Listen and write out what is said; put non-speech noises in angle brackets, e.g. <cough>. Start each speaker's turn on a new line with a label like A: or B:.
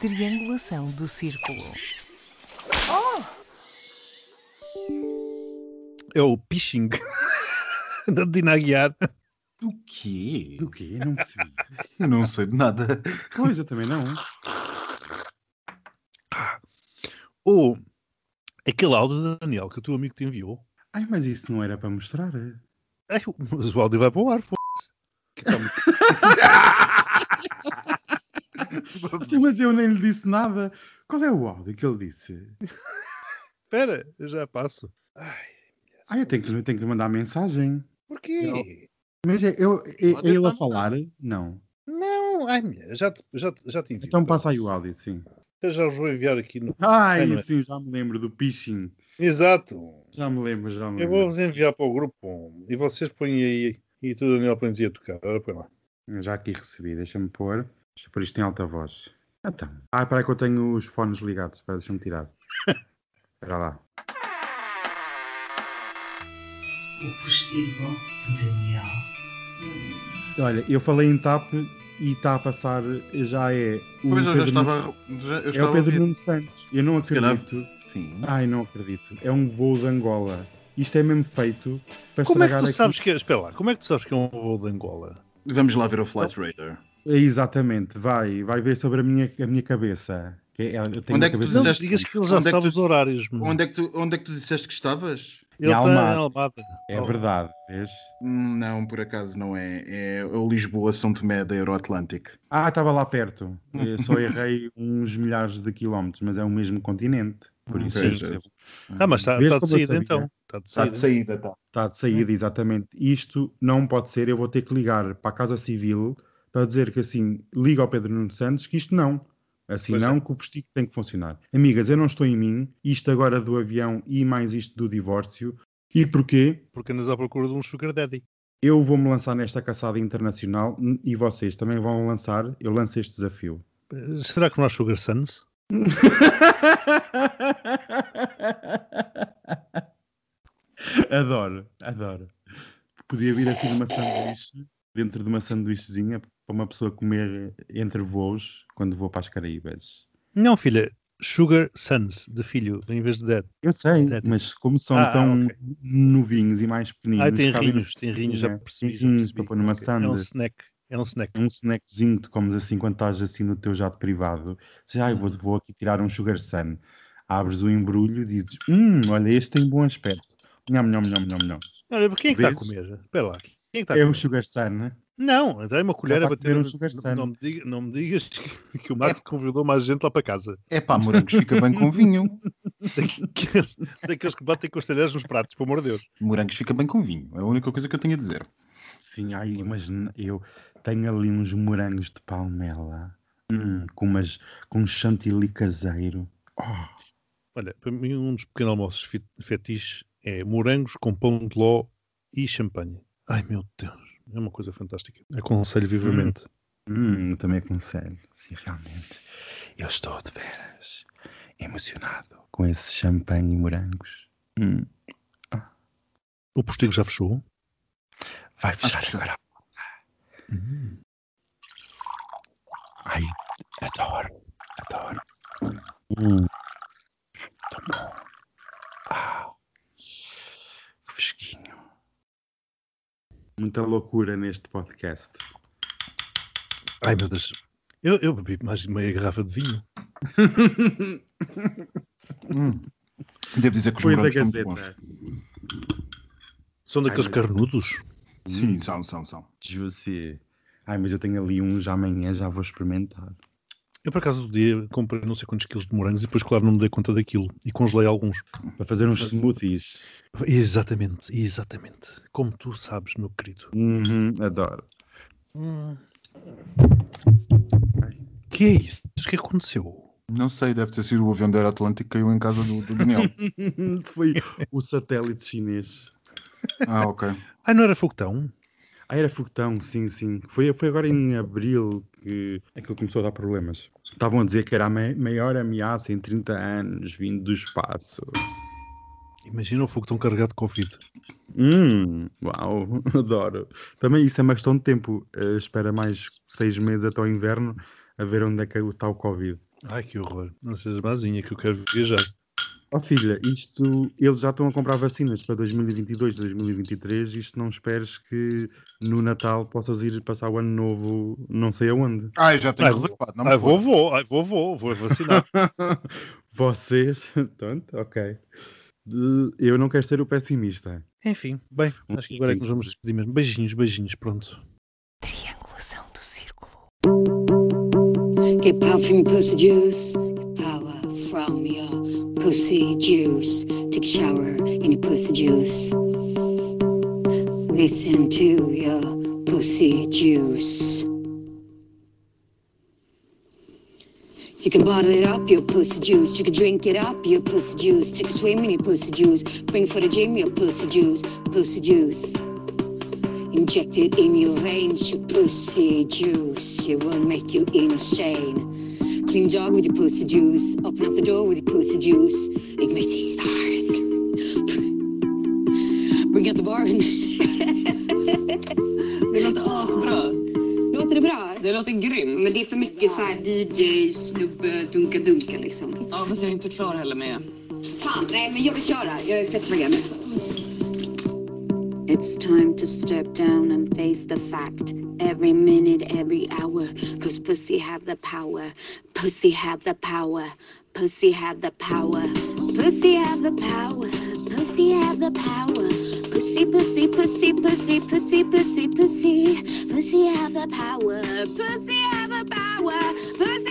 A: triangulação do círculo.
B: É o Pishing <laughs> da Dina Aguiar.
C: Do quê?
D: Do quê? Não percebi.
C: Eu não sei de nada.
D: <laughs> pois, eu também não.
B: Ou aquele áudio da Daniel que o teu amigo te enviou.
D: Ai, mas isso não era para mostrar. é?
B: Ai, mas o áudio vai para o ar, pô.
D: Mas eu nem lhe disse nada. Qual é o áudio que ele disse?
B: Espera, eu já passo.
D: Ah, eu tenho que, lhe- tenho que lhe mandar mensagem.
B: Porquê?
D: Mas é, eu, é-
B: Mas
D: é ele
B: então-
D: a falar? Não.
B: Não, ai, mulher, já te, já, te- já te envio.
D: Então passa aí o áudio, sim.
B: Eu já os vou enviar aqui no.
D: Ai,
B: É, não é?
D: sim, já me lembro do pishing.
B: Exato.
D: Já me lembro, já me
B: Eu
D: lembro.
B: vou-vos enviar para o grupo um. e vocês põem aí e tu, Daniel, pões aí a tocar. Ora, põe lá.
D: Eu Já aqui recebi, deixa-me pôr. Deixa eu pôr isto em alta voz. Então. Ah, para que eu tenho os fones ligados. Espera, deixa-me
B: <laughs>
D: tirar. Espera lá.
E: O postigo de Daniel.
D: Olha, eu falei em TAP e está a passar, já é o
C: Pois eu já
D: Pedro Nuno-
C: estava. já- eu
D: é o
C: estava a
D: Pedro
C: ver.
D: Nuno Santos. Eu não
C: Se calhar-
D: acredito.
C: Sim.
D: Ai, não acredito. É um voo de Angola. Isto é mesmo feito para
B: Como é que
D: estragar
B: tu
D: aqui-
B: sabes que. Espera lá, como é que tu sabes que é um voo de Angola?
C: Vamos lá ver o Flight Radar.
D: É, Exatamente. Vai, vai ver sobre a minha, a minha cabeça. Que é- eu tenho
C: Onde
D: uma
C: é que tu
D: cabeça-
B: Não me
C: disseste-
B: digas que ele já
C: Onde é que
B: sabe
C: tu-
B: os horários, meu.
C: Onde é, que tu, onde é que tu disseste que estavas?
B: Ele
D: Em
B: está
D: Almada.
B: em Almada.
D: É
B: Oh.
D: verdade, vês?
C: Hum, Não, por acaso não é. É o Lisboa São Tomé da Euroatlântico.
D: Ah, estava lá perto. Eu
C: <laughs>
D: só errei uns milhares de quilómetros, mas é o mesmo continente. Por isso é
C: Ok,
D: eu
C: já.
D: percebo.
B: Hum. Ah, mas está
D: Vês
B: está de
D: como eu
B: saída
D: sabia?
B: então. Está de
C: Está
B: saída.
C: de saída, tá.
D: Está de saída, exatamente. Isto não pode ser. Eu vou ter que ligar para a Casa Civil para dizer que assim, liga ao Pedro Nuno Santos que isto não. Assim
B: Pois é.
D: não, que o postigo tem que funcionar. Amigas, eu não estou em mim. Isto agora do avião e mais isto do divórcio. E porquê?
B: Porque andas à procura de um Sugar Daddy.
D: Eu vou-me lançar nesta caçada internacional n- e vocês também vão lançar. Eu lanço este desafio.
B: Eh, Será que não há Sugar Sons?
D: <laughs> Adoro, adoro. Podia vir assim numa sanduíche, dentro de uma sanduíchezinha, para uma pessoa comer entre voos, quando vou para as Caraíbas.
B: Não, filha. Sugar Sons, de filho, em vez de Dad.
D: Eu sei,
B: Certo.
D: mas como são
B: Ah,
D: tão
B: ok.
D: novinhos e mais pequeninos...
B: Ah, tem
D: cabem no-
B: rinhos, tem rinhos, já
D: Tem
B: percebi. já
D: rinhos
B: percebi.
D: é. para pôr numa
B: Ok, É um
D: sandes.
B: snack, é um snack.
D: Um snackzinho que tu comes assim quando estás assim no teu jato privado. Dizes, ah, eu vou, vou aqui tirar um sugar sun. Abres o embrulho e dizes, hum, olha, este tem bom aspecto. Nham, nham, nham, nham, nham.
B: Olha, mas quem é que está a
D: Vês?
B: comer? Espera lá. Quem é que está a
D: É um
B: comer?
D: sugar sun, né?
B: Não, mas é uma colher
D: está
B: a
D: a
B: bater.
D: comer um
B: no-
D: sugar
B: não,
D: sun.
B: não me diga- não me digas <laughs> que,
D: <laughs>
B: que o Marcos convidou mais gente lá para casa. <laughs>
C: É pá, morangos fica bem com vinho. <laughs>
B: Daqueles, daqueles que batem com os talheres nos pratos, pelo amor de Deus.
C: Morangos fica bem com vinho. É a única coisa que eu tenho a dizer.
D: Sim, ai, mas n- eu tenho ali uns morangos de palmela hum, com, umas, com um chantilly caseiro. Oh,
B: Olha, para mim, um dos pequenos almoços fe- fetiches é morangos com pão de ló e champanhe. Ai, meu Deus. É uma coisa fantástica. Aconselho vivamente.
D: hum, eu também aconselho. Sim, realmente. Eu estou de veras emocionado com esse champanhe e morangos. Hum,
B: O postigo já fechou?
D: vai fechar agora. Hum. Ai, adoro, adoro. Hum. Tão bom. Ah, que fresquinho. Muita loucura neste podcast.
B: Ai, meu Deus. Eu, eu bebi mais de meia garrafa de vinho.
C: Hum. Devo dizer que os
D: Pois a
C: morangos são muito bons.
D: Gazeta. é?
B: São daqueles
D: Ai, mas-
B: carnudos.
D: Hum.
C: Sim, são, são, são.
D: Juicy. Ai, mas eu tenho ali um já amanhã, já vou experimentar.
B: Eu, por acaso, do dia comprei não sei quantos quilos de morangos e depois, claro, não me dei conta daquilo. E congelei alguns.
D: Para fazer uns smoothies.
B: Exatamente, exatamente. Como tu sabes, meu querido.
D: Uhum, adoro.
B: Que é isso? O que aconteceu?
C: Não sei, deve ter sido o avião da Euroatlântico que caiu em casa do, do Daniel.
D: <laughs> <laughs> Foi o satélite chinês.
C: ah, ok.
B: Ah, não era foguetão?
D: Ah, era foguetão, sim, sim. Foi, foi agora em abril que aquilo começou a dar problemas. Estavam a dizer que era a mai- maior ameaça em 30 anos vindo do espaço.
B: Imagina o foguetão carregado de Covid.
D: Hum, uau, <laughs> adoro. Também isso é uma questão de tempo. Eh, espera mais seis meses até o inverno a ver onde é que está o Covid.
B: Ai, que horror. Não sejas mazinha que eu quero viajar.
D: Ó Oh, filha, isto, eles já estão a comprar vacinas para 2022, 2023, isto não esperes que no Natal possas ir passar o ano novo não sei aonde.
C: Ah, eu já tenho
B: Ai,
C: reservado. Não me
B: Ai,
C: foda.
B: vou, vou, ai, vou, vou, vou vacinar.
D: Vocês, <laughs> pronto, ok. De- Eu não quero ser o pessimista.
B: Enfim, bem, acho que agora é que nos vamos despedir mesmo. Beijinhos, beijinhos, pronto.
A: Triangulação do círculo.
F: Get power from your pussy juice. Get power from your pussy juice. Take a shower in your pussy juice. Listen to your pussy juice. You can bottle it up, your pussy juice. You can drink it up, your pussy juice. Take a swim in your pussy juice. Bring for the gym, your pussy juice. Pussy juice. Inject it in your veins, your pussy juice. It will make you insane. Clean dog with your pussy juice. Open up the door with your pussy juice. It may see stars. Bring out the barn.
G: Det låter asbra.
F: <laughs> Låter det bra?
G: Det låter grymt.
F: Men det är för mycket så här DJ, snubbe, dunka, dunka liksom.
G: Ja, fast jag är inte klar heller med.
F: Fan, nej men jag vill köra. Jag är fett taggad. It's time to step down and face the fact. Every minute, every hour. Cause pussy have the power. Pussy have the power. Pussy have the power. Pussy have the power. Pussy have the power. Pussy, pussy, pussy, pussy, pussy, pussy, pussy. Pussy have the power. Pussy have the power. Pussy